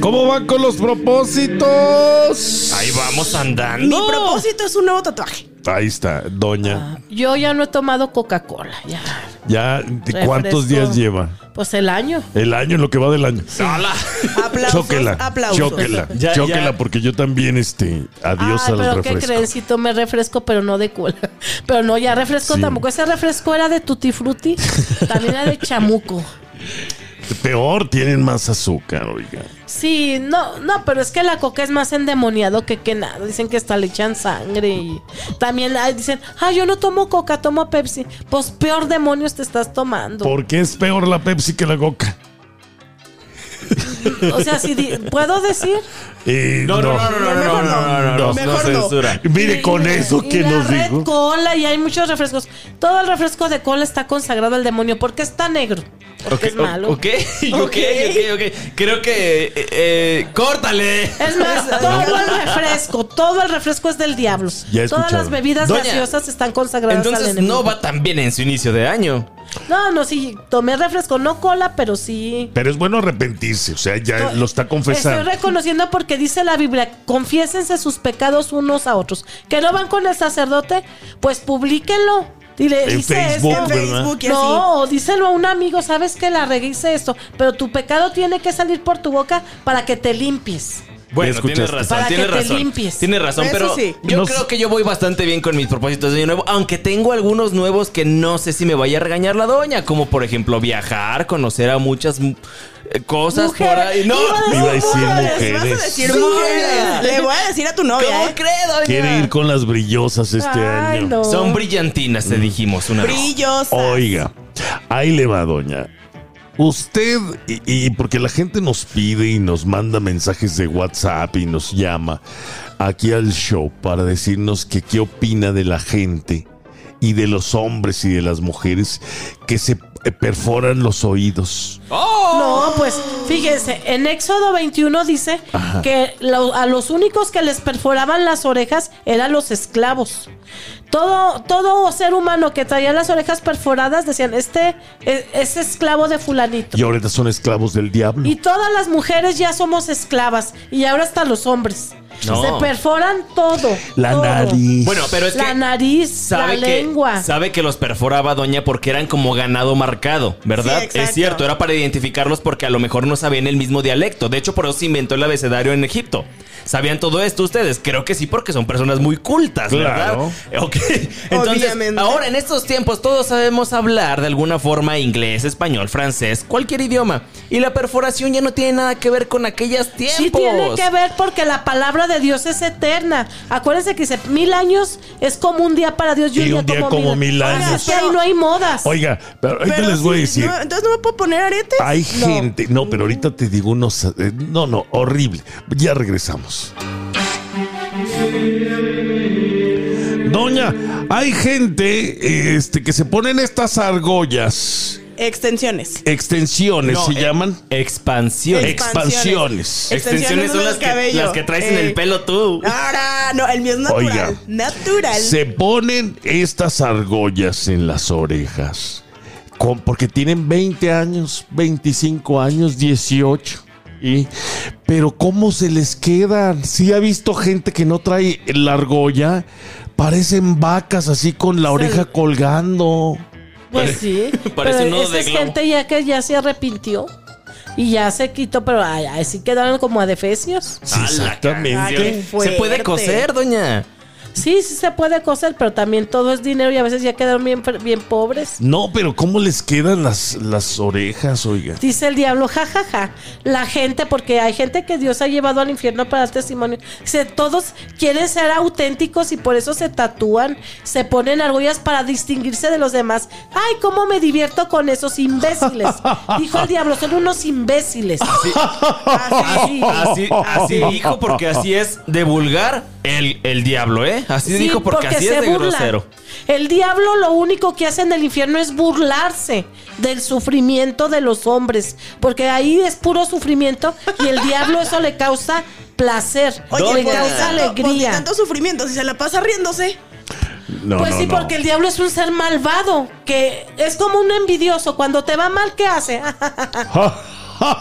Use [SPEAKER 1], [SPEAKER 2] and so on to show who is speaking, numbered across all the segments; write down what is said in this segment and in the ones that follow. [SPEAKER 1] ¿Cómo van con los propósitos?
[SPEAKER 2] Ahí vamos andando.
[SPEAKER 3] Mi propósito es un nuevo tatuaje.
[SPEAKER 1] Ahí está, doña.
[SPEAKER 3] Yo ya no he tomado Coca-Cola, ya.
[SPEAKER 1] Ya, ¿cuántos
[SPEAKER 3] Refresco.
[SPEAKER 1] días lleva?
[SPEAKER 3] Pues el año.
[SPEAKER 1] El año, lo que va del año.
[SPEAKER 2] Hola.
[SPEAKER 3] Aplausos.
[SPEAKER 1] Chóquela,
[SPEAKER 3] aplausos.
[SPEAKER 1] chóquela,
[SPEAKER 2] Ya,
[SPEAKER 1] chóquela,
[SPEAKER 2] ya.
[SPEAKER 1] porque yo también, este, adiós
[SPEAKER 3] Ay,
[SPEAKER 1] a los
[SPEAKER 3] pero ¿qué creen?
[SPEAKER 1] refrescos.
[SPEAKER 3] Si tomé refresco, pero no de cola. Pero no, ya refresco
[SPEAKER 1] Sí.
[SPEAKER 3] tampoco. Ese refresco era de Tutti Frutti, también era de chamuco.
[SPEAKER 1] Peor, tienen más azúcar, oiga.
[SPEAKER 3] Sí, no, no, pero es que la coca es más endemoniado que, que nada. Dicen que hasta le echan sangre y también ay, dicen, ah, yo no tomo coca, tomo Pepsi. Pues peor demonios te estás tomando.
[SPEAKER 1] ¿Por qué es peor la Pepsi que la Coca?
[SPEAKER 3] O sea, si di- puedo decir.
[SPEAKER 1] Eh,
[SPEAKER 2] No, no, no, no, no, no, no, no, no, no, no,
[SPEAKER 1] Mejor no.
[SPEAKER 2] censura.
[SPEAKER 1] Mire
[SPEAKER 3] Y-
[SPEAKER 1] con
[SPEAKER 3] y-
[SPEAKER 1] eso
[SPEAKER 3] y
[SPEAKER 1] que
[SPEAKER 3] la
[SPEAKER 1] nos
[SPEAKER 3] Red
[SPEAKER 1] dijo.
[SPEAKER 3] Cola y hay muchos refrescos. Todo el refresco de cola está consagrado al demonio. ¿Por qué está negro? Porque
[SPEAKER 2] Ok,
[SPEAKER 3] es malo.
[SPEAKER 2] o- ok, ok, ok, ok. Creo que. eh, eh, ¡Córtale!
[SPEAKER 3] Es más, todo el refresco, todo el refresco es del diablo.
[SPEAKER 1] Ya
[SPEAKER 3] Todas
[SPEAKER 1] escucharon.
[SPEAKER 3] las bebidas
[SPEAKER 2] Doña,
[SPEAKER 3] gaseosas están consagradas al
[SPEAKER 2] Entonces
[SPEAKER 3] enemigo.
[SPEAKER 2] no va tan bien en su inicio de año.
[SPEAKER 3] No, no, sí, tomé refresco, no cola, pero sí.
[SPEAKER 1] Pero es bueno arrepentirse, o sea, ya lo está confesando.
[SPEAKER 3] Estoy reconociendo porque dice la Biblia, confiésense sus pecados unos a otros. Que no van con el sacerdote, pues publíquenlo. Dile,
[SPEAKER 1] En
[SPEAKER 3] dice
[SPEAKER 1] Facebook,
[SPEAKER 3] esto.
[SPEAKER 1] ¿verdad?
[SPEAKER 3] No, o díselo a un amigo, sabes que la regué hice esto, pero tu pecado tiene que salir por tu boca para que te limpies.
[SPEAKER 2] Bueno,
[SPEAKER 1] escuchaste.
[SPEAKER 2] tienes razón,
[SPEAKER 3] Para que
[SPEAKER 2] tienes
[SPEAKER 3] te
[SPEAKER 2] razón.
[SPEAKER 3] limpies.
[SPEAKER 2] Tienes razón,
[SPEAKER 4] Eso
[SPEAKER 2] pero
[SPEAKER 4] sí.
[SPEAKER 2] yo
[SPEAKER 1] No sé.
[SPEAKER 2] creo que yo voy bastante bien con mis propósitos de año nuevo, aunque tengo algunos nuevos que no sé si me vaya a regañar la doña, como por ejemplo viajar, conocer a muchas mm, eh, cosas
[SPEAKER 3] Mujer,
[SPEAKER 2] por ahí. No,
[SPEAKER 3] iba a
[SPEAKER 1] Iba a decir
[SPEAKER 4] Vas a
[SPEAKER 1] mujeres.
[SPEAKER 4] decir mujeres. Le voy a decir a tu novia.
[SPEAKER 2] ¿cómo
[SPEAKER 4] ¿eh?
[SPEAKER 2] cree, doña?
[SPEAKER 1] Quiere ir con las brillosas este
[SPEAKER 3] Ay,
[SPEAKER 1] año.
[SPEAKER 3] no.
[SPEAKER 2] Son brillantinas, te dijimos una vez.
[SPEAKER 4] Brillos.
[SPEAKER 1] Oh, Oiga, ahí le va, doña. Usted, y, y porque la gente nos pide y nos manda mensajes de WhatsApp y nos llama aquí al show para decirnos que qué opina de la gente y de los hombres y de las mujeres que se eh, perforan los oídos.
[SPEAKER 3] No, pues fíjense, en Éxodo 21 dice que lo- a los únicos que les perforaban las orejas eran los esclavos. Todo, todo ser humano que traía las orejas perforadas decían, este es, es esclavo de fulanito.
[SPEAKER 1] Y ahorita son esclavos del diablo.
[SPEAKER 3] Y todas las mujeres ya somos esclavas y ahora hasta los hombres.
[SPEAKER 2] No.
[SPEAKER 3] Se perforan todo.
[SPEAKER 1] La
[SPEAKER 3] todo.
[SPEAKER 1] nariz.
[SPEAKER 2] Bueno, pero es
[SPEAKER 3] la
[SPEAKER 2] que
[SPEAKER 3] nariz, la
[SPEAKER 2] sabe que,
[SPEAKER 3] lengua.
[SPEAKER 2] sabe que los perforaba doña porque eran como ganado marcado,
[SPEAKER 4] Sí,
[SPEAKER 2] ¿verdad?
[SPEAKER 4] exacto.
[SPEAKER 2] es cierto, era para identificarlos porque a lo mejor no sabían el mismo dialecto. De hecho, por eso se inventó el abecedario en Egipto. ¿Sabían todo esto ustedes? Creo que sí, porque son personas muy cultas,
[SPEAKER 1] Claro.
[SPEAKER 2] ¿verdad? Ok. Entonces,
[SPEAKER 4] Obviamente.
[SPEAKER 2] ahora en estos tiempos todos sabemos hablar de alguna forma inglés, español, francés, cualquier idioma. Y la perforación ya no tiene nada que ver con aquellos tiempos.
[SPEAKER 3] Sí tiene que ver porque la palabra de Dios es eterna. Acuérdense que dice mil años es como un día para Dios y,
[SPEAKER 1] Y un día como mil años.
[SPEAKER 3] Es que ahí no hay modas.
[SPEAKER 1] Oiga, pero ahorita
[SPEAKER 4] Pero
[SPEAKER 1] les voy a
[SPEAKER 4] sí,
[SPEAKER 1] decir.
[SPEAKER 4] no, entonces no me puedo poner aretes.
[SPEAKER 1] Hay gente, no, pero ahorita te digo unos, eh, no, no, horrible. Ya regresamos. Doña, hay gente este, que se ponen estas argollas,
[SPEAKER 4] Extensiones.
[SPEAKER 1] extensiones
[SPEAKER 2] No,
[SPEAKER 1] se
[SPEAKER 2] eh,
[SPEAKER 1] llaman
[SPEAKER 2] Expansión.
[SPEAKER 1] expansiones.
[SPEAKER 2] Extensiones son
[SPEAKER 4] del
[SPEAKER 2] las que,
[SPEAKER 4] cabello. Eh, ah,
[SPEAKER 2] las que traes en el
[SPEAKER 4] Ey.
[SPEAKER 2] pelo tú.
[SPEAKER 4] Ahora, no, el mío es natural.
[SPEAKER 1] Oiga.
[SPEAKER 4] Natural.
[SPEAKER 1] Se ponen estas argollas en las orejas con, porque tienen 20 años, 25 años, 18. Y, pero ¿cómo se les quedan? Si ha visto gente que no trae la argolla, parecen vacas así con la oreja colgando.
[SPEAKER 3] pues sí.
[SPEAKER 2] parece un
[SPEAKER 3] pero
[SPEAKER 2] nudo
[SPEAKER 3] esa
[SPEAKER 2] de
[SPEAKER 3] es
[SPEAKER 2] globo.
[SPEAKER 3] gente ya que ya se arrepintió y ya se quitó, pero ay, ay, sí quedaron como adefesios.
[SPEAKER 1] Sí,
[SPEAKER 4] Ah,
[SPEAKER 1] exactamente.
[SPEAKER 4] qué
[SPEAKER 2] Se puede
[SPEAKER 4] fuerte.
[SPEAKER 2] coser, doña.
[SPEAKER 3] Sí, sí se puede coser, pero también todo es dinero y a veces ya quedaron bien, fre- bien pobres.
[SPEAKER 1] No, pero ¿cómo les quedan las, las orejas, oiga?
[SPEAKER 3] Dice el diablo, jajaja, la gente, porque hay gente que Dios ha llevado al infierno para dar testimonio. Dice, todos quieren ser auténticos y por eso se tatúan, se ponen argollas para distinguirse de los demás. Ay, cómo me divierto con esos imbéciles. Dijo el diablo, son unos imbéciles.
[SPEAKER 2] Así, así, así dijo, porque así es de vulgar el, el diablo, ¿eh? Así
[SPEAKER 3] Sí,
[SPEAKER 2] dijo, porque, así
[SPEAKER 3] se
[SPEAKER 2] es de
[SPEAKER 3] burlan.
[SPEAKER 2] grosero.
[SPEAKER 3] El diablo lo único que hace en el infierno es burlarse del sufrimiento de los hombres, porque ahí es puro sufrimiento y el diablo eso le causa placer,
[SPEAKER 4] Oye,
[SPEAKER 3] le
[SPEAKER 4] pues,
[SPEAKER 3] causa
[SPEAKER 4] de tanto- pues, de
[SPEAKER 3] alegría.
[SPEAKER 4] tanto sufrimiento, si se la pasa riéndose.
[SPEAKER 1] No,
[SPEAKER 3] pues
[SPEAKER 1] no,
[SPEAKER 3] sí,
[SPEAKER 1] no.
[SPEAKER 3] porque el diablo es un ser malvado, que es como un envidioso. Cuando te va mal, ¿qué hace?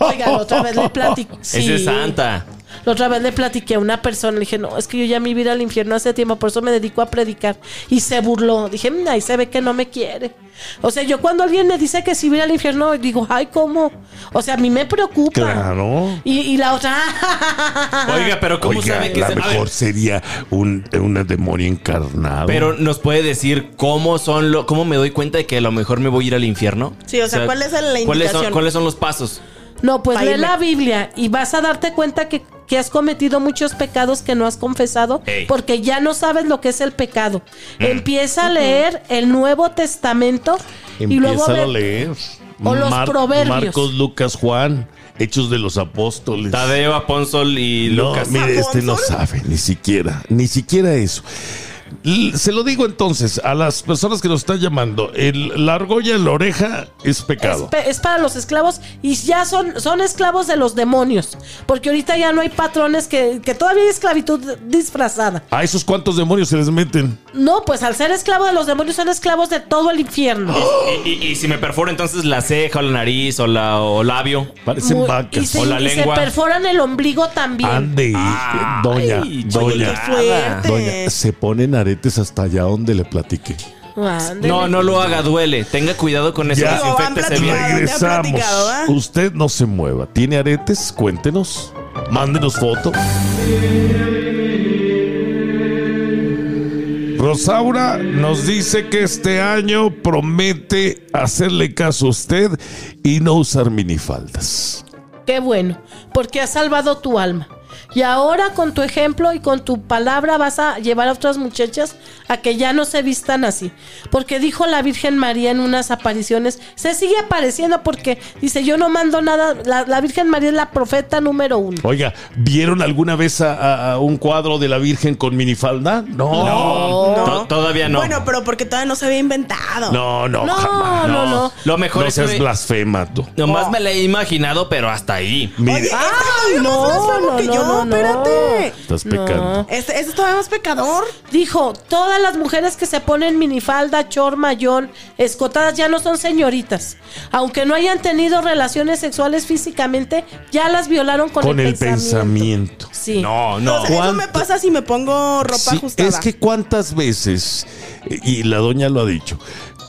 [SPEAKER 3] Oigan, otra vez le platico.
[SPEAKER 2] Ese es
[SPEAKER 3] Sí.
[SPEAKER 2] Santa.
[SPEAKER 3] La otra vez le platiqué a una persona, le dije, no, es que yo ya me iba a ir al infierno hace tiempo, por eso me dedico a predicar. Y se burló. Dije, "Mm, ahí se ve que no me quiere. O sea, yo cuando alguien me dice que si voy a ir al infierno, digo, ay, ¿cómo? O sea, a mí me preocupa.
[SPEAKER 1] Claro.
[SPEAKER 3] Y, y la otra,
[SPEAKER 2] Oiga, pero ¿cómo
[SPEAKER 1] Oiga,
[SPEAKER 2] sabe que
[SPEAKER 1] la
[SPEAKER 2] se- a ver,
[SPEAKER 1] mejor sería un, una demonio encarnado.
[SPEAKER 2] Pero nos puede decir cómo son lo, cómo me doy cuenta de que a lo mejor me voy a ir al infierno.
[SPEAKER 4] Sí, o sea, ¿cuál es la
[SPEAKER 2] ¿cuáles son,
[SPEAKER 4] indicación?
[SPEAKER 2] cuáles son los pasos?
[SPEAKER 3] no, pues
[SPEAKER 4] Pa'
[SPEAKER 3] lee
[SPEAKER 4] irme.
[SPEAKER 3] la Biblia y vas a darte cuenta que, que has cometido muchos pecados que no has confesado
[SPEAKER 2] Ey.
[SPEAKER 3] porque ya no sabes lo que es el pecado.
[SPEAKER 1] Mm.
[SPEAKER 3] Empieza a leer el Nuevo Testamento y luego
[SPEAKER 1] Empieza a
[SPEAKER 3] ver-
[SPEAKER 1] leer.
[SPEAKER 3] O los proverbios.
[SPEAKER 1] Marcos, Lucas, Juan, Hechos de los Apóstoles.
[SPEAKER 2] Tadeo, Apóstol y
[SPEAKER 1] No,
[SPEAKER 2] Lucas.
[SPEAKER 1] mire, este no sabe, ni siquiera, ni siquiera eso. L- se lo digo entonces a las personas que nos están llamando, el, la argolla en la oreja es
[SPEAKER 3] Es,
[SPEAKER 1] pecado.
[SPEAKER 3] pe- es para los esclavos y ya son, son esclavos de los demonios. Porque ahorita ya no hay patrones que, que todavía hay esclavitud disfrazada.
[SPEAKER 1] a esos cuantos demonios se les meten.
[SPEAKER 3] No, pues al ser esclavo de los demonios son esclavos de todo el infierno.
[SPEAKER 2] Y, y- y si me perforo entonces la ceja o la nariz o la o labio.
[SPEAKER 1] Parecen
[SPEAKER 3] Muy-
[SPEAKER 1] vacas.
[SPEAKER 3] y se,
[SPEAKER 2] o la
[SPEAKER 3] y se
[SPEAKER 2] lengua.
[SPEAKER 3] perforan el ombligo también.
[SPEAKER 1] Ande,
[SPEAKER 2] Ay,
[SPEAKER 1] Ah, doña, doña,
[SPEAKER 2] chingada.
[SPEAKER 4] fuerte.
[SPEAKER 1] doña, se ponen aretes hasta allá donde le platiqué.
[SPEAKER 3] Ándele.
[SPEAKER 2] No, no lo haga, duele. Tenga cuidado con eso.
[SPEAKER 1] Ya.
[SPEAKER 4] Digo, van
[SPEAKER 2] desinféctese bien.
[SPEAKER 4] platicando. te ha
[SPEAKER 1] Regresamos.
[SPEAKER 4] platicado, ¿ah? ¿va?
[SPEAKER 1] Usted no se mueva. ¿Tiene aretes? Cuéntenos. Mándenos foto. Rosaura nos dice que este año promete hacerle caso a usted y no usar minifaldas.
[SPEAKER 3] Qué bueno, porque has salvado tu alma. Y ahora con tu ejemplo y con tu palabra vas a llevar a otras muchachas a que ya no se vistan así. Porque dijo la Virgen María en unas apariciones, se sigue apareciendo porque dice, yo no mando nada, la, la Virgen María es la profeta número uno.
[SPEAKER 1] Oiga, ¿vieron alguna vez a, a- a un cuadro de la Virgen con minifalda? No. No,
[SPEAKER 2] To- todavía no.
[SPEAKER 4] Bueno, pero porque todavía no se había inventado.
[SPEAKER 1] no,
[SPEAKER 3] No,
[SPEAKER 1] jamás.
[SPEAKER 3] no, no.
[SPEAKER 2] Lo mejor
[SPEAKER 1] No
[SPEAKER 2] es
[SPEAKER 1] seas
[SPEAKER 2] que-
[SPEAKER 1] blasfema tú.
[SPEAKER 2] Nomás me la he imaginado, pero hasta ahí.
[SPEAKER 1] Mire,
[SPEAKER 4] Oye,
[SPEAKER 3] Ah,
[SPEAKER 4] este todavía
[SPEAKER 3] no,
[SPEAKER 4] más blasfemo
[SPEAKER 3] no,
[SPEAKER 4] que
[SPEAKER 3] no,
[SPEAKER 4] yo,
[SPEAKER 3] no, no.
[SPEAKER 4] espérate.
[SPEAKER 1] estás pecando.
[SPEAKER 4] Este, este es todavía más pecador.
[SPEAKER 3] Dijo, todas las mujeres que se ponen minifalda, chor, mayón, escotadas ya no son señoritas. Aunque no hayan tenido relaciones sexuales físicamente, ya las violaron con,
[SPEAKER 1] con el pensamiento.
[SPEAKER 3] Sí.
[SPEAKER 2] No, no.
[SPEAKER 4] O sea, eso
[SPEAKER 1] ¿Cuánto?
[SPEAKER 4] me pasa si me pongo ropa
[SPEAKER 1] Sí,
[SPEAKER 4] ajustada.
[SPEAKER 1] es que cuántas veces, y la doña lo ha dicho,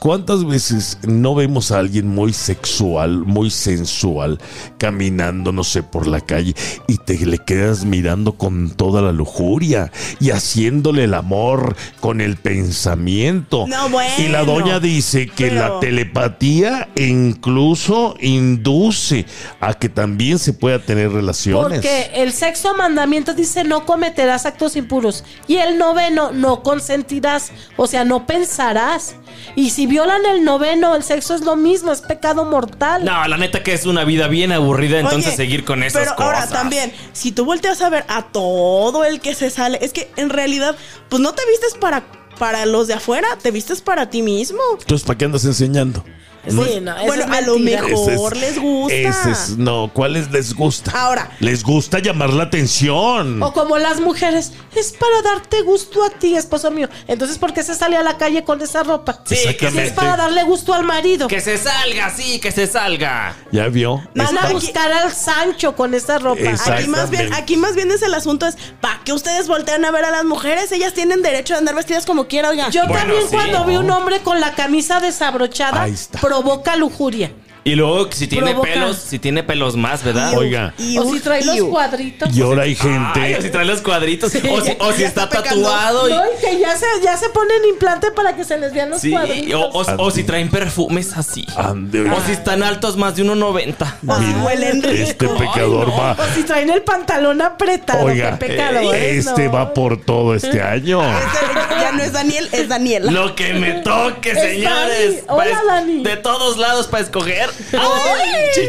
[SPEAKER 1] cuántas veces no vemos a alguien muy sexual, muy sensual, caminando, no sé, por la calle, y te le quedas mirando con toda la lujuria y haciéndole el amor con el pensamiento.
[SPEAKER 4] No, bueno.
[SPEAKER 1] y la doña dice que la
[SPEAKER 4] pero-
[SPEAKER 1] telepatía incluso induce a que también se pueda tener relaciones.
[SPEAKER 3] Porque el sexto mandamiento dice no cometerás actos impuros y el noveno no consentirás, o sea, no pensarás. Y si violan el noveno, el sexo es lo mismo, es pecado mortal.
[SPEAKER 2] No, la neta que es una vida bien aburrida, entonces
[SPEAKER 4] Oye,
[SPEAKER 2] seguir con esas
[SPEAKER 4] pero
[SPEAKER 2] cosas.
[SPEAKER 4] ahora también, si tú volteas a ver a todo el que se sale, es que en realidad, pues no te vistes para, para los de afuera, te vistes para ti mismo. Pues,
[SPEAKER 1] Entonces, ¿para qué andas enseñando?
[SPEAKER 3] Sí, no, eso
[SPEAKER 4] bueno,
[SPEAKER 3] es
[SPEAKER 4] a lo
[SPEAKER 3] mentira.
[SPEAKER 4] mejor.
[SPEAKER 1] Ese
[SPEAKER 4] les gusta.
[SPEAKER 1] ese es- no, ¿cuáles les gusta?
[SPEAKER 4] Ahora.
[SPEAKER 1] Les gusta llamar la atención.
[SPEAKER 3] O como las mujeres, es para darte gusto a ti, esposo mío. Entonces, ¿por qué se sale a la calle con esa ropa?
[SPEAKER 2] Sí,
[SPEAKER 3] Si es
[SPEAKER 1] Exactamente.
[SPEAKER 3] para darle gusto al marido.
[SPEAKER 2] Que se salga, sí, que se salga.
[SPEAKER 1] Ya vio.
[SPEAKER 3] Van a
[SPEAKER 4] Aquí-
[SPEAKER 3] buscar al Sancho con esa ropa.
[SPEAKER 1] Es-
[SPEAKER 4] Aquí más bien,
[SPEAKER 1] Exactamente.
[SPEAKER 4] aquí más bien es el asunto es, ¿para qué ustedes voltean a ver a las mujeres? Ellas tienen derecho de andar vestidas como quiera, oiga.
[SPEAKER 3] Yo
[SPEAKER 2] Bueno,
[SPEAKER 3] también
[SPEAKER 2] sí.
[SPEAKER 3] cuando vi un hombre con la camisa desabrochada,
[SPEAKER 1] Ahí está.
[SPEAKER 3] provoca lujuria.
[SPEAKER 2] Y luego, si tiene
[SPEAKER 3] Provoca.
[SPEAKER 2] pelos, si tiene pelos más, ¿verdad?
[SPEAKER 1] Oiga.
[SPEAKER 3] o si trae los
[SPEAKER 4] Iu.
[SPEAKER 3] cuadritos.
[SPEAKER 1] Y ahora hay
[SPEAKER 2] Ay, o si
[SPEAKER 1] gente.
[SPEAKER 2] trae los cuadritos. o si, o si
[SPEAKER 4] ya
[SPEAKER 2] está,
[SPEAKER 4] está pecando.
[SPEAKER 2] tatuado. y-
[SPEAKER 3] No, y que ya se, ya se ponen implante para que se les vean los
[SPEAKER 2] sí, y-
[SPEAKER 3] cuadritos.
[SPEAKER 2] o, o- o si traen perfumes así.
[SPEAKER 1] Ande,
[SPEAKER 2] O si están altos más de 1,90.
[SPEAKER 4] O
[SPEAKER 1] Ah,
[SPEAKER 4] si
[SPEAKER 1] mira,
[SPEAKER 4] huelen Ah, rico.
[SPEAKER 1] este
[SPEAKER 2] Ay,
[SPEAKER 1] pecador
[SPEAKER 2] no,
[SPEAKER 1] va.
[SPEAKER 3] O si traen el pantalón apretado.
[SPEAKER 1] Oiga,
[SPEAKER 3] qué pecado, ¿eh?
[SPEAKER 1] este
[SPEAKER 3] No.
[SPEAKER 1] va por todo este año.
[SPEAKER 4] Este ya no es Daniel, es Daniela.
[SPEAKER 2] Lo que me toque,
[SPEAKER 3] Es
[SPEAKER 2] señores.
[SPEAKER 3] Dani. Hola,
[SPEAKER 2] Pa-
[SPEAKER 3] Dani.
[SPEAKER 2] De todos lados para escoger.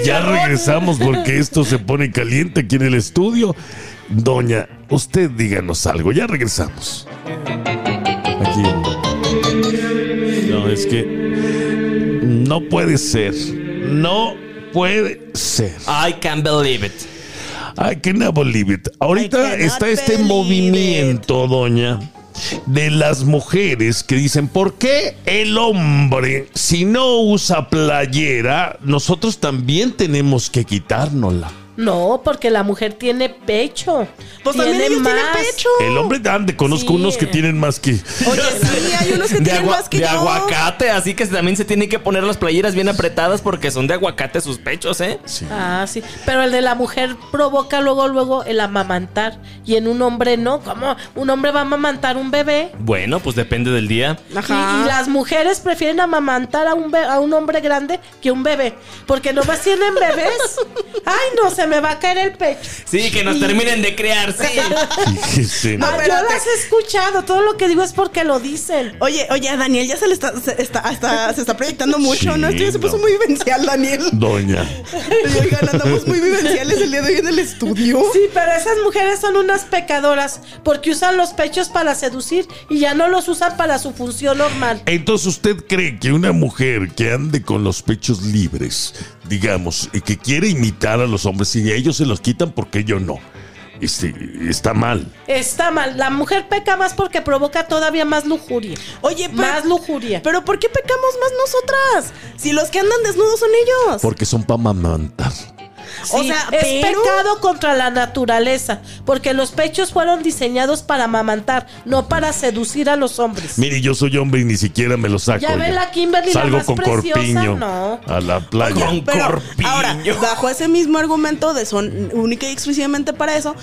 [SPEAKER 1] Ya regresamos porque esto se pone caliente aquí en el estudio. Doña, usted díganos algo. Ya regresamos. Aquí. No, es que no puede ser. No puede ser.
[SPEAKER 2] I can't believe it.
[SPEAKER 1] I cannot believe it. Ahorita
[SPEAKER 4] I cannot
[SPEAKER 1] está este
[SPEAKER 4] believe
[SPEAKER 1] movimiento, doña, de las mujeres que dicen, ¿por qué el hombre, si no usa playera, nosotros también tenemos que quitárnosla?
[SPEAKER 3] No, porque la mujer tiene pecho.
[SPEAKER 4] Pues también ellos tienen pecho.
[SPEAKER 1] El hombre,
[SPEAKER 4] Oh.
[SPEAKER 1] ande, conozco
[SPEAKER 3] Sí.
[SPEAKER 1] unos que tienen más que...
[SPEAKER 4] Oye, sí, hay unos que
[SPEAKER 2] de,
[SPEAKER 4] tienen
[SPEAKER 2] agua-
[SPEAKER 4] más que
[SPEAKER 2] de
[SPEAKER 4] yo.
[SPEAKER 2] aguacate, así que también se tienen que poner las playeras bien apretadas porque son de aguacate sus pechos, ¿eh?
[SPEAKER 1] Sí.
[SPEAKER 4] Este,
[SPEAKER 3] Ah, sí. Pero el de la mujer provoca luego, luego el amamantar. Y en un hombre no. ¿Cómo? Un hombre va a amamantar un bebé.
[SPEAKER 2] Bueno, pues depende del día.
[SPEAKER 4] Ajá.
[SPEAKER 3] Y, y las mujeres prefieren amamantar a un, be- a un hombre grande que un bebé. Porque nomás tienen bebés. Ay, no, se me va a caer el pecho.
[SPEAKER 2] Sí, que nos terminen de crear, sí.
[SPEAKER 1] Fíjese,
[SPEAKER 4] No,
[SPEAKER 3] Ah, yo
[SPEAKER 4] espérate.
[SPEAKER 3] las he escuchado. Todo lo que digo es porque lo dicen.
[SPEAKER 4] Oye, oye, a Daniel ya se le está, se está, hasta- se está proyectando mucho, ¿no? Esto ya se
[SPEAKER 1] Sí,
[SPEAKER 4] puso
[SPEAKER 1] no.
[SPEAKER 4] muy vivencial, Daniel.
[SPEAKER 1] doña.
[SPEAKER 4] Y oigan, andamos muy vivenciales el día de hoy en el estudio.
[SPEAKER 3] Sí, pero esas mujeres son unas pecadoras porque usan los pechos para seducir y ya no los usan para su función normal.
[SPEAKER 1] Entonces, ¿usted cree que una mujer que ande con los pechos libres, digamos, y que quiere imitar a los hombres y ellos se los quitan porque yo no? Este, está mal.
[SPEAKER 3] Está mal. La mujer peca más porque provoca todavía más lujuria.
[SPEAKER 4] Oye, pero,
[SPEAKER 3] Más lujuria.
[SPEAKER 4] pero ¿por qué pecamos más nosotras? Si los que andan desnudos son ellos.
[SPEAKER 1] Porque son pa' mamantar.
[SPEAKER 4] o
[SPEAKER 3] Sí,
[SPEAKER 4] sea,
[SPEAKER 3] es
[SPEAKER 4] pero-
[SPEAKER 3] pecado contra la naturaleza, porque los pechos fueron diseñados para amamantar, no para seducir a los hombres.
[SPEAKER 1] Mire, yo soy hombre y ni siquiera me lo saco.
[SPEAKER 3] Ya ve
[SPEAKER 1] oiga.
[SPEAKER 3] la Kimberly, la
[SPEAKER 1] Salgo
[SPEAKER 3] más
[SPEAKER 1] con
[SPEAKER 3] preciosa,
[SPEAKER 1] corpiño
[SPEAKER 3] no.
[SPEAKER 1] a la playa.
[SPEAKER 2] Con-
[SPEAKER 4] Pero
[SPEAKER 2] Corpiño.
[SPEAKER 4] ahora, bajo ese mismo argumento de son única y exclusivamente para eso,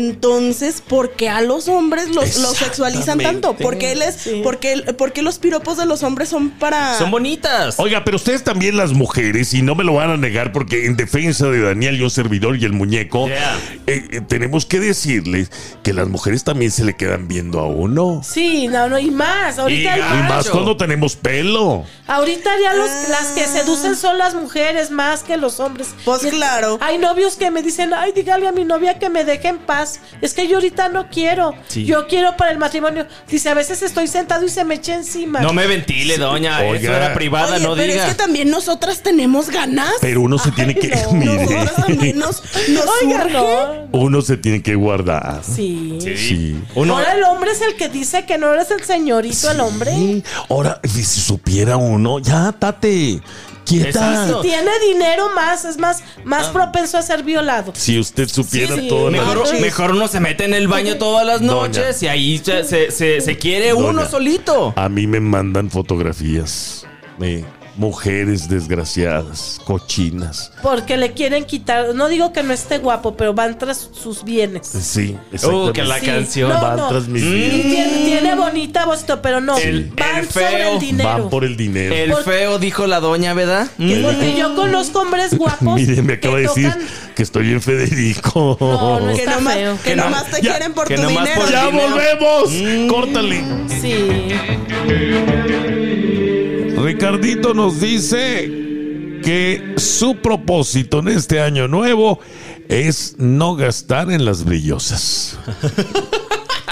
[SPEAKER 4] entonces, ¿por qué a los hombres los, los sexualizan tanto?
[SPEAKER 2] Exactamente.
[SPEAKER 4] ¿Por qué, les, por qué- por qué los piropos de los hombres son para...
[SPEAKER 2] Son bonitas.
[SPEAKER 1] Oiga, pero ustedes también las mujeres, y no me lo van a negar porque en defensa de Daniel, yo servidor y el muñeco,
[SPEAKER 2] Yeah.
[SPEAKER 1] eh, eh, tenemos que decirles que las mujeres también se le quedan viendo a uno.
[SPEAKER 3] Sí, no, no, y más. Ahorita,
[SPEAKER 2] Y
[SPEAKER 1] Y más
[SPEAKER 2] Cacho.
[SPEAKER 1] cuando tenemos pelo.
[SPEAKER 3] ahorita ya los,
[SPEAKER 4] Ah.
[SPEAKER 3] las que seducen son las mujeres más que los hombres.
[SPEAKER 4] Pues
[SPEAKER 3] Y-
[SPEAKER 4] claro.
[SPEAKER 3] Hay novios que me dicen, ay, dígale a mi novia que me deje en paz. Es que yo ahorita no quiero.
[SPEAKER 2] Sí.
[SPEAKER 3] Yo quiero para el matrimonio. Dice, a veces estoy sentado y se me echa encima.
[SPEAKER 2] No me ventile, doña.
[SPEAKER 1] Oiga.
[SPEAKER 2] Eso era privada,
[SPEAKER 4] Oye,
[SPEAKER 2] no
[SPEAKER 4] pero
[SPEAKER 2] diga.
[SPEAKER 4] es que también nosotras tenemos ganas.
[SPEAKER 1] Pero uno se tiene que.
[SPEAKER 3] no.
[SPEAKER 1] mire,
[SPEAKER 4] Nosotras también nos, nos
[SPEAKER 3] Oiga,
[SPEAKER 4] surge.
[SPEAKER 3] no.
[SPEAKER 1] uno se tiene que guardar.
[SPEAKER 3] Sí.
[SPEAKER 1] Sí.
[SPEAKER 2] Uno,
[SPEAKER 3] Ahora el hombre es el que dice que no eres el señorito, el hombre.
[SPEAKER 1] Sí. Ahora, si supiera uno, ya, tate. Quieta.
[SPEAKER 2] Exacto.
[SPEAKER 3] Tiene dinero más, es más,
[SPEAKER 1] Ah.
[SPEAKER 3] más propenso a ser violado.
[SPEAKER 1] Si usted supiera
[SPEAKER 3] Sí, sí.
[SPEAKER 1] todo. la-
[SPEAKER 2] mejor,
[SPEAKER 4] noches.
[SPEAKER 2] mejor uno se mete en el baño todas las
[SPEAKER 1] Doña.
[SPEAKER 2] noches y ahí se, se- se- se quiere
[SPEAKER 1] Doña. Ah,
[SPEAKER 2] uno solito.
[SPEAKER 1] A mí me mandan fotografías de mujeres desgraciadas, cochinas.
[SPEAKER 3] Porque le quieren quitar, no digo que no esté guapo, pero van tras sus bienes.
[SPEAKER 1] Sí,
[SPEAKER 2] Uh, que la
[SPEAKER 3] Sí.
[SPEAKER 2] canción.
[SPEAKER 3] No,
[SPEAKER 1] Van
[SPEAKER 3] no.
[SPEAKER 1] tras mis
[SPEAKER 2] Mm.
[SPEAKER 3] Y
[SPEAKER 1] bienes.
[SPEAKER 3] tiene, tiene bonita voz, pero no.
[SPEAKER 1] El-
[SPEAKER 3] van
[SPEAKER 2] el
[SPEAKER 3] sobre
[SPEAKER 2] feo.
[SPEAKER 3] el dinero.
[SPEAKER 1] Van por el dinero.
[SPEAKER 2] El
[SPEAKER 3] Por-
[SPEAKER 2] feo dijo la doña, ¿verdad?
[SPEAKER 3] Porque yo conozco hombres guapos.
[SPEAKER 1] Mire, me acaba
[SPEAKER 3] que
[SPEAKER 1] de decir
[SPEAKER 3] tocan-
[SPEAKER 1] que estoy en Federico.
[SPEAKER 3] No, no es-
[SPEAKER 4] Que
[SPEAKER 3] Está
[SPEAKER 4] nomás,
[SPEAKER 3] feo.
[SPEAKER 4] que
[SPEAKER 2] Que
[SPEAKER 4] nomás
[SPEAKER 2] no-
[SPEAKER 4] te
[SPEAKER 1] ya,
[SPEAKER 4] quieren por
[SPEAKER 2] que
[SPEAKER 4] tu
[SPEAKER 2] nomás
[SPEAKER 4] dinero.
[SPEAKER 2] por-
[SPEAKER 1] ¡Ya
[SPEAKER 2] dinero.
[SPEAKER 1] volvemos!
[SPEAKER 2] Mm.
[SPEAKER 1] ¡Córtale!
[SPEAKER 3] Sí.
[SPEAKER 1] Ricardito nos dice que su propósito en este año nuevo es no gastar en las brillosas.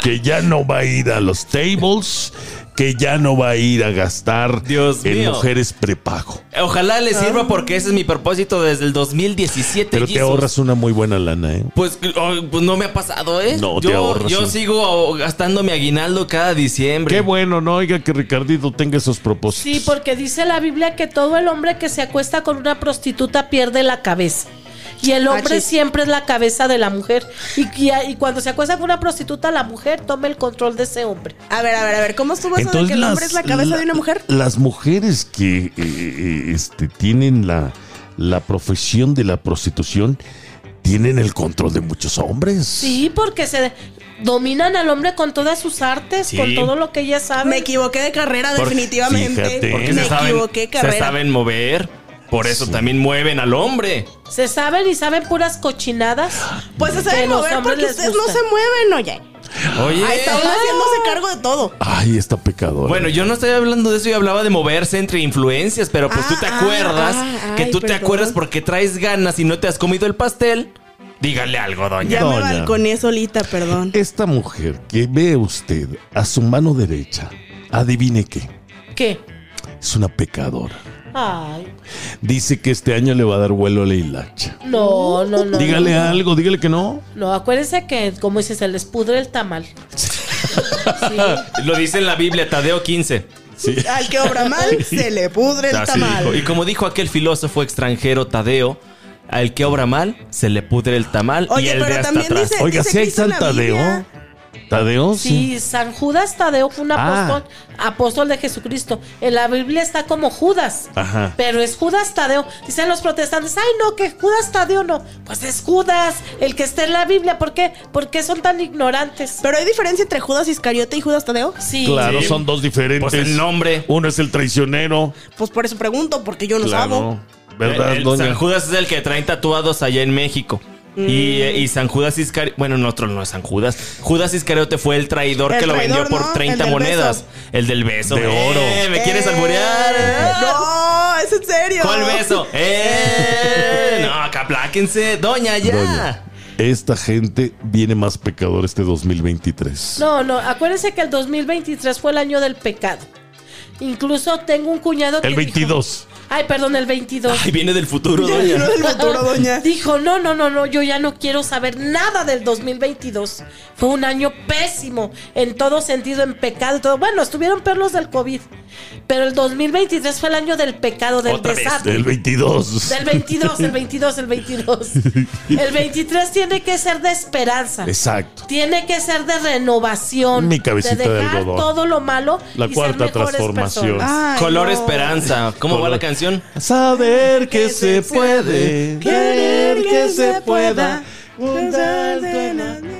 [SPEAKER 1] que ya no va a ir a los tables, que ya no va a ir a gastar
[SPEAKER 2] Dios
[SPEAKER 1] en
[SPEAKER 2] mío.
[SPEAKER 1] mujeres prepago.
[SPEAKER 2] Mm. Ojalá le sirva porque ese es mi propósito desde el 2017.
[SPEAKER 1] Ah. Pero te
[SPEAKER 2] Jesus.
[SPEAKER 1] ahorras una muy buena lana, ¿eh?
[SPEAKER 2] Pues, oh, pues no me ha pasado, ¿eh?
[SPEAKER 1] No, te
[SPEAKER 2] yo,
[SPEAKER 1] ahorras,
[SPEAKER 2] Yo
[SPEAKER 1] sí.
[SPEAKER 2] sigo gastando mi aguinaldo cada diciembre.
[SPEAKER 1] Qué bueno, no oiga que Ricardito tenga esos propósitos.
[SPEAKER 3] Sí, porque dice la Biblia que todo el hombre que se acuesta con una prostituta pierde la cabeza. Y el hombre
[SPEAKER 4] Achis.
[SPEAKER 3] siempre es la cabeza de la mujer. Y, y- y cuando se acuesta con una prostituta, la mujer toma el control de ese hombre.
[SPEAKER 4] A ver, a ver, a ver, ¿cómo estuvo eso Pues, de que el hombre es la cabeza
[SPEAKER 1] la-
[SPEAKER 4] de una mujer?
[SPEAKER 1] Las mujeres que eh, eh, este, tienen la, la profesión de la prostitución tienen el control de muchos hombres.
[SPEAKER 3] Sí, porque se dominan al hombre con todas sus artes,
[SPEAKER 2] Sí.
[SPEAKER 3] con todo lo que ella
[SPEAKER 4] Me
[SPEAKER 3] sabe.
[SPEAKER 4] equivoqué de carrera,
[SPEAKER 1] Porque-
[SPEAKER 4] definitivamente.
[SPEAKER 1] fíjate. Porque
[SPEAKER 2] se
[SPEAKER 4] Me
[SPEAKER 2] saben,
[SPEAKER 4] equivoqué de
[SPEAKER 2] se
[SPEAKER 4] carrera.
[SPEAKER 2] saben mover. Por eso también mueven al hombre.
[SPEAKER 3] Se saben y saben puras cochinadas.
[SPEAKER 4] Pues se
[SPEAKER 3] Que
[SPEAKER 4] saben
[SPEAKER 3] los
[SPEAKER 4] mover
[SPEAKER 3] hombres
[SPEAKER 4] porque
[SPEAKER 3] les
[SPEAKER 4] ustedes no
[SPEAKER 3] gusta.
[SPEAKER 4] se mueven, oye.
[SPEAKER 2] Oye.
[SPEAKER 4] Ahí están haciéndose cargo de todo.
[SPEAKER 1] Ay, está pecadora.
[SPEAKER 2] Bueno, yo no estoy hablando de eso, yo hablaba de moverse entre influencias, pero pues tú te
[SPEAKER 4] Ah,
[SPEAKER 2] acuerdas,
[SPEAKER 4] ah,
[SPEAKER 2] que
[SPEAKER 4] ay,
[SPEAKER 2] tú
[SPEAKER 4] perdón.
[SPEAKER 2] te acuerdas porque traes ganas y no te has comido el pastel. Dígale algo, doña.
[SPEAKER 4] Ya me
[SPEAKER 1] Doña.
[SPEAKER 4] balconé solita, perdón.
[SPEAKER 1] Esta mujer que ve usted a su mano derecha, adivine qué,
[SPEAKER 3] ¿Qué?
[SPEAKER 1] es una pecadora.
[SPEAKER 3] Ay,
[SPEAKER 1] Dice que este año le va a dar vuelo a la hilacha.
[SPEAKER 3] no, no, no.
[SPEAKER 1] dígale
[SPEAKER 3] no,
[SPEAKER 1] algo, dígale que no.
[SPEAKER 3] No, acuérdense que, como dices, se les pudre el tamal.
[SPEAKER 4] Ah.
[SPEAKER 2] Lo dice en la Biblia, Tadeo 15.
[SPEAKER 1] Sí.
[SPEAKER 4] Al que obra mal, se le pudre el
[SPEAKER 1] Así
[SPEAKER 4] tamal.
[SPEAKER 1] dijo.
[SPEAKER 2] Y como dijo aquel filósofo extranjero, Tadeo, al que obra mal, se le pudre el tamal y
[SPEAKER 4] Oye,
[SPEAKER 2] el de
[SPEAKER 4] pero
[SPEAKER 2] hasta
[SPEAKER 4] también
[SPEAKER 2] atrás.
[SPEAKER 4] dice-
[SPEAKER 1] Oiga, si hay
[SPEAKER 4] Cristo
[SPEAKER 1] San
[SPEAKER 4] en la
[SPEAKER 1] Tadeo.
[SPEAKER 4] Biblia.
[SPEAKER 1] Tadeo, sí.
[SPEAKER 3] Sí, San Judas Tadeo fue un
[SPEAKER 1] Ah.
[SPEAKER 3] apóstol, apóstol de Jesucristo. En la Biblia está como Judas,
[SPEAKER 1] Ajá.
[SPEAKER 3] pero es Judas Tadeo. Dicen los protestantes, ay no, que Judas Tadeo no. Pues es Judas, el que está en la Biblia. ¿Por qué? ¿Por qué son tan ignorantes?
[SPEAKER 4] Pero hay diferencia entre Judas Iscariote y Judas Tadeo.
[SPEAKER 3] Sí,
[SPEAKER 1] Claro,
[SPEAKER 2] Sí.
[SPEAKER 1] son dos diferentes.
[SPEAKER 2] Pues el nombre.
[SPEAKER 1] Uno es el traicionero.
[SPEAKER 4] Pues por eso pregunto, porque yo no
[SPEAKER 1] Claro.
[SPEAKER 4] sabo.
[SPEAKER 1] ¿Verdad,
[SPEAKER 2] El- el
[SPEAKER 1] doña?
[SPEAKER 2] Eh, San Judas es el que traen tatuados allá en México.
[SPEAKER 4] Mm.
[SPEAKER 2] Y, eh, y San Judas Iscariote, bueno, no, otro no es San Judas. Judas Iscariote fue el traidor
[SPEAKER 4] El
[SPEAKER 2] que lo vendió
[SPEAKER 4] traidor,
[SPEAKER 2] por
[SPEAKER 4] ¿no?
[SPEAKER 2] 30
[SPEAKER 4] El del
[SPEAKER 2] monedas.
[SPEAKER 4] beso.
[SPEAKER 2] El del beso.
[SPEAKER 1] De oro.
[SPEAKER 2] Eh, ¿Me quieres
[SPEAKER 4] Eh,
[SPEAKER 2] alburear? Eh.
[SPEAKER 4] No, es en serio.
[SPEAKER 2] ¿Cuál beso? ¡Eh! No, acá apláquense. Doña, ya.
[SPEAKER 1] Doña, Esta gente viene más pecador este 2023.
[SPEAKER 3] No, no, acuérdense que el 2023 fue el año del pecado. Incluso tengo un cuñado que
[SPEAKER 1] El
[SPEAKER 3] dijo-
[SPEAKER 1] 22.
[SPEAKER 3] ay, perdón, el 22.
[SPEAKER 2] Ay, viene del futuro,
[SPEAKER 4] Ya
[SPEAKER 2] doña.
[SPEAKER 4] vino del futuro, doña.
[SPEAKER 3] Dijo, no, no, no, no, yo ya no quiero saber nada del 2022. Fue un año pésimo en todo sentido, en pecado. y Todo. Bueno, estuvieron perlos del COVID, pero el 2023 fue el año del pecado, del
[SPEAKER 2] Otra vez,
[SPEAKER 3] desastre.
[SPEAKER 1] El 22.
[SPEAKER 3] Del 22, el 22, el 22. El 23 tiene que ser de esperanza.
[SPEAKER 1] Exacto.
[SPEAKER 3] Tiene que ser de renovación.
[SPEAKER 1] Mi cabecita
[SPEAKER 3] de
[SPEAKER 1] de
[SPEAKER 3] dejar
[SPEAKER 1] algodón.
[SPEAKER 3] todo lo malo.
[SPEAKER 1] La
[SPEAKER 3] y
[SPEAKER 1] cuarta
[SPEAKER 3] ser mejores
[SPEAKER 1] transformación.
[SPEAKER 3] personas.
[SPEAKER 4] Ay,
[SPEAKER 2] Color
[SPEAKER 4] no.
[SPEAKER 2] Esperanza. ¿Cómo va
[SPEAKER 1] Color-
[SPEAKER 2] la canción?
[SPEAKER 1] Saber
[SPEAKER 4] que se puede, querer que se pueda, juntar de la-